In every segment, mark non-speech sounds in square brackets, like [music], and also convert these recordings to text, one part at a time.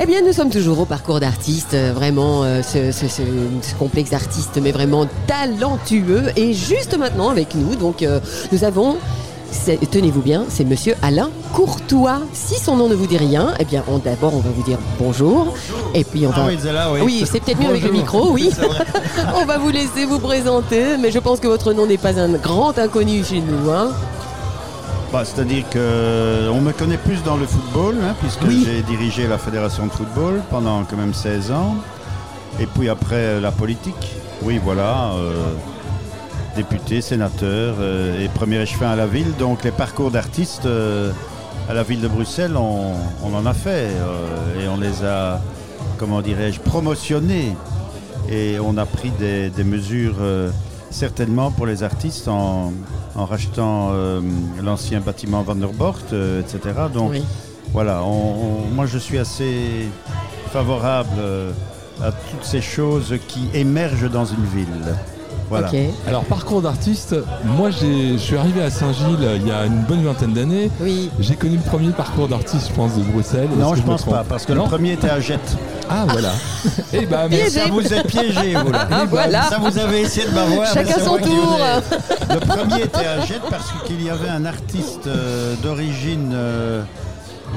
Eh bien, nous sommes toujours au parcours d'artiste, euh, vraiment euh, ce, ce- ce- ce complexe d'artiste, mais vraiment talentueux. Et juste maintenant avec nous, donc euh, nous avons, c'est- tenez-vous bien, c'est Monsieur Alain Courtois. Si son nom ne vous dit rien, eh bien, on- d'abord on va vous dire bonjour, et puis on va. Ah oui, Zella, oui. Oui, c'est peut-être mieux avec le Bonjour. micro, oui. [laughs] C'est vrai. [laughs] on va vous laisser vous présenter, mais je pense que votre nom n'est pas un grand inconnu chez nous, hein. Bah, C'est-à-dire que euh, on me connaît plus dans le football, hein, puisque Oui. j'ai dirigé la fédération de football pendant quand même 16 ans. Et puis après euh, la politique, oui voilà, euh, député, sénateur euh, et premier échevin à la ville. Donc les parcours d'artistes euh, à la ville de Bruxelles, on, on en a fait euh, et on les a, comment dirais-je, promotionnés. Et on a pris des, des mesures euh, certainement pour les artistes en, en rachetant euh, l'ancien bâtiment Van der Bort, euh, etc. Donc Oui. voilà, on- on- moi je suis assez favorable euh, à toutes ces choses qui émergent dans une ville. Voilà. Ok. Alors parcours d'artiste, moi j'ai- je suis arrivé à Saint-Gilles euh, il y a une bonne vingtaine d'années. Oui. J'ai connu le premier parcours d'artiste, je pense, de Bruxelles. Est-ce Non, que je me pense trompe pas, parce que Non le premier était à Jette. Ah [laughs] voilà. eh ben merci. Ça vous êtes piégé, vous là. Ah, voilà. Ça vous avez essayé de m'avoir. mais Chacun c'est son moi qui tour. vous ai- Le premier était à Jette parce qu'il y avait un artiste euh, d'origine, euh,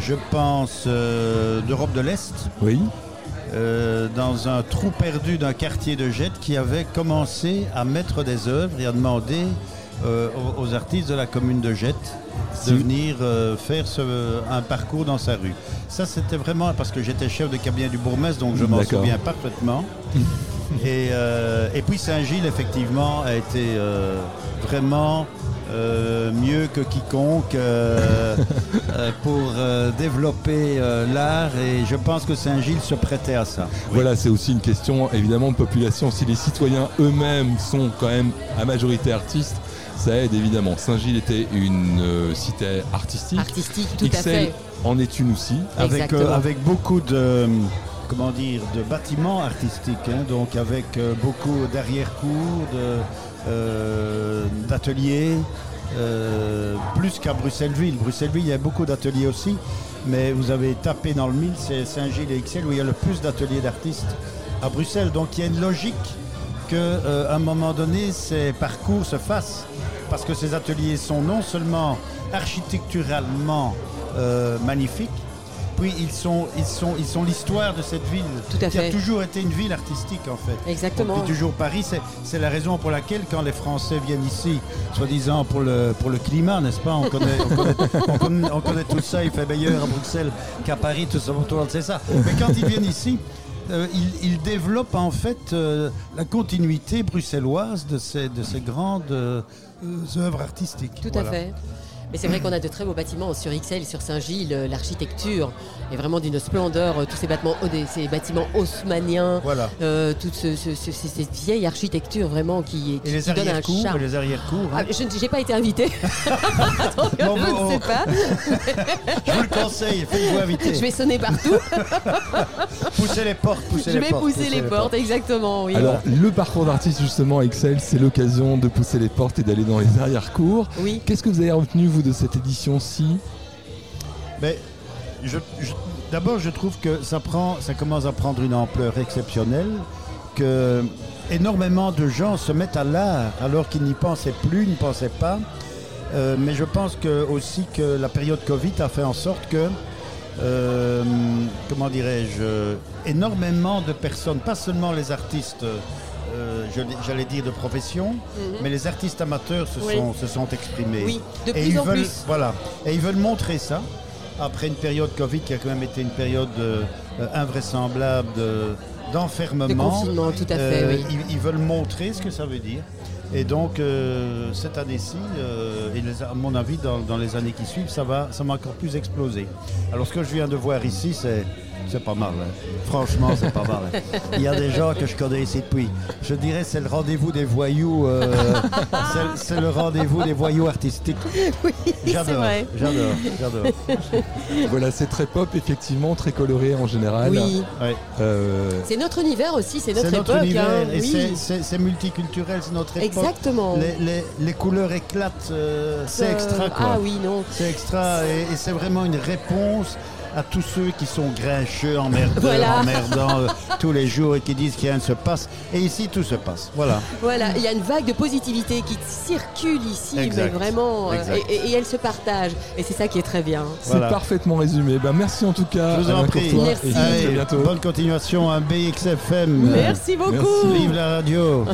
je pense, euh, d'Europe de l'Est. Oui. euh, dans un trou perdu d'un quartier de Jette qui avait commencé à mettre des œuvres et à demander euh, aux, aux artistes de la commune de Jette Si. de venir euh, faire ce- un parcours dans sa rue. Ça, c'était vraiment parce que j'étais chef de cabinet du bourgmestre, donc je m'en D'accord. souviens parfaitement. et, euh, et puis Saint-Gilles, effectivement, a été euh, vraiment euh, mieux que quiconque euh, [laughs] euh, pour euh, développer euh, l'art. Et je pense que Saint-Gilles se prêtait à ça. Voilà, c'est aussi une question évidemment de population. Si les citoyens eux-mêmes sont quand même à majorité artistes, ça aide évidemment. Saint-Gilles était une euh, cité artistique. Artistique, tout à Ixelles fait. en est une aussi. avec, euh, Exactement. avec beaucoup de euh, comment dire de bâtiments artistiques hein, donc avec euh, beaucoup d'arrière-cours de, euh, d'ateliers euh, plus qu'à Bruxelles-Ville Bruxelles-Ville il y a beaucoup d'ateliers aussi mais vous avez tapé dans le mille c'est Saint-Gilles et Ixelles où il y a le plus d'ateliers d'artistes à Bruxelles donc il y a une logique qu'à un moment donné, ces parcours se fassent. Parce que ces ateliers sont non seulement architecturalement euh, magnifiques, puis ils sont, ils sont, ils sont l'histoire de cette ville Tout à qui fait. a toujours été une ville artistique en fait. Exactement. Depuis toujours Paris, c'est- c'est la raison pour laquelle quand les Français viennent ici, soi-disant pour le, pour le climat, n'est-ce pas on connaît, on, connaît, on connaît- on connaît tout ça, il fait meilleur à Bruxelles qu'à Paris, tout ça, tout le monde sait ça. Mais quand ils viennent ici, euh, ils, ils développent en fait euh, la continuité bruxelloise de ces, de ces grandes euh, œuvres artistiques. Tout Voilà. à fait. Mais c'est vrai qu'on a de très beaux bâtiments sur Ixelles, sur Saint-Gilles. euh, L'architecture est vraiment d'une splendeur. euh, Tous ces bâtiments, oh, des- ces bâtiments haussmanniens, Voilà. euh, toute ce- ce- ce- ces- cette vieille architecture vraiment qui, Et qui, les qui donne un arrière-cours, charme. les arrière-cours, hein. Ah, je n'ai pas été [laughs] invitée. Donc, Bon, je bon, ne sais pas. je vous le conseille, faites-vous inviter. Je vais sonner [laughs] partout. Pousser les portes, je pousser les vais portes. pousser les portes, exactement. Oui. Alors le parcours d'artiste justement à Excel, c'est l'occasion de pousser les portes et d'aller dans les arrière-cours. Oui. Qu'est-ce que vous avez retenu vous de cette édition-ci Mais je- je- d'abord, je trouve que ça, prend, ça commence à prendre une ampleur exceptionnelle, que énormément de gens se mettent à l'art alors qu'ils n'y pensaient plus, n'y pensaient pas. Euh, mais je pense que, aussi que la période Covid a fait en sorte que, euh, comment dirais-je, euh, énormément de personnes, pas seulement les artistes, euh, je- j'allais dire de profession, mais les artistes amateurs se, Oui. sont, se sont exprimés. Oui, de Et plus ils en veulent- plus. Voilà. Et ils veulent montrer ça après une période Covid qui a quand même été une période euh, euh, invraisemblable de- d'enfermement. De confinement, tout à fait, Euh, oui. ils, ils veulent montrer ce que ça veut dire. Et donc, euh, cette année-ci, euh, et les- à mon avis, dans, dans les années qui suivent, ça va, ça va encore plus exploser. Alors, ce que je viens de voir ici, c'est. C'est pas mal. hein. Franchement, c'est pas mal. hein. Il y a des gens que je connais ici depuis. Je dirais c'est le rendez-vous des voyous. euh, [laughs] c'est- c'est le rendez-vous des voyous artistiques. Oui, c'est J'adore. vrai. J'adore. J'adore. Voilà, c'est très pop effectivement, très coloré en général. Oui. Ouais. Euh, C'est notre univers aussi, c'est notre, C'est notre époque. univers hein, et oui. c'est- c'est c'est multiculturel, c'est notre époque. Exactement. Les, les- les couleurs éclatent, euh, c'est Oh. Euh, extra quoi. Ah oui, non. C'est extra et, et c'est vraiment une réponse à tous ceux qui sont grincheux, emmerdeurs, Voilà. [laughs] emmerdants euh, tous les jours et qui disent qu'il rien ne se passe. Et ici, tout se passe. Voilà. Voilà, il y a une vague de positivité qui circule ici, mais Exact. vraiment, euh, Exact. et, et- et elle se partage. Et c'est ça qui est très bien. Voilà. C'est parfaitement résumé. Ben, merci en tout cas. Je vous en Alain prie. Courtois, Merci. Et à Allez, très bientôt. bonne continuation à BXFM. Merci beaucoup. Merci. Vive la radio.